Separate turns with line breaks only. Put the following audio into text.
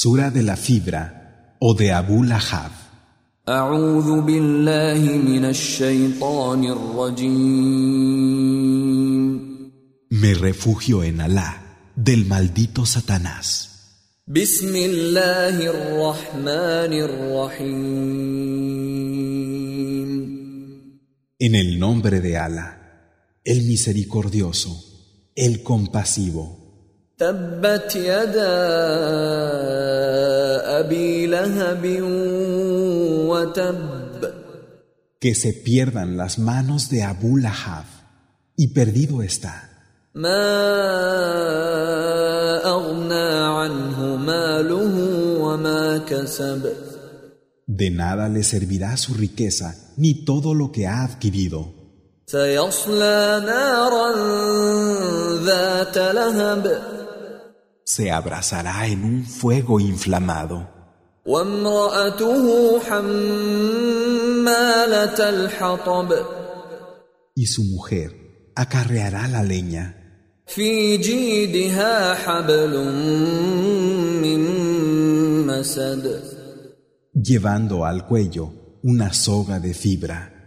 Sura de la fibra o de Abu Lahab.
أعوذ بالله من الشيطان الرجيم
Me refugio en Alá, del maldito Satanás.
بسم الله الرحمن الرحيم
En el nombre de Alá, el misericordioso, el compasivo.
تبت يدا أبي لهب وتب
Que se pierdan las manos de Abu Lahab. Y perdido está.
ما أغنى عنه ماله وما كسب
De nada le servirá su riqueza ni todo lo que ha adquirido.
سيصلى نارا ذات لهب
Se abrazará en un fuego inflamado.
وامرأته حمالة الحطب
Y su mujer acarreará la leña.
في جيدها حبل من مسد
llevando al cuello una soga de fibra.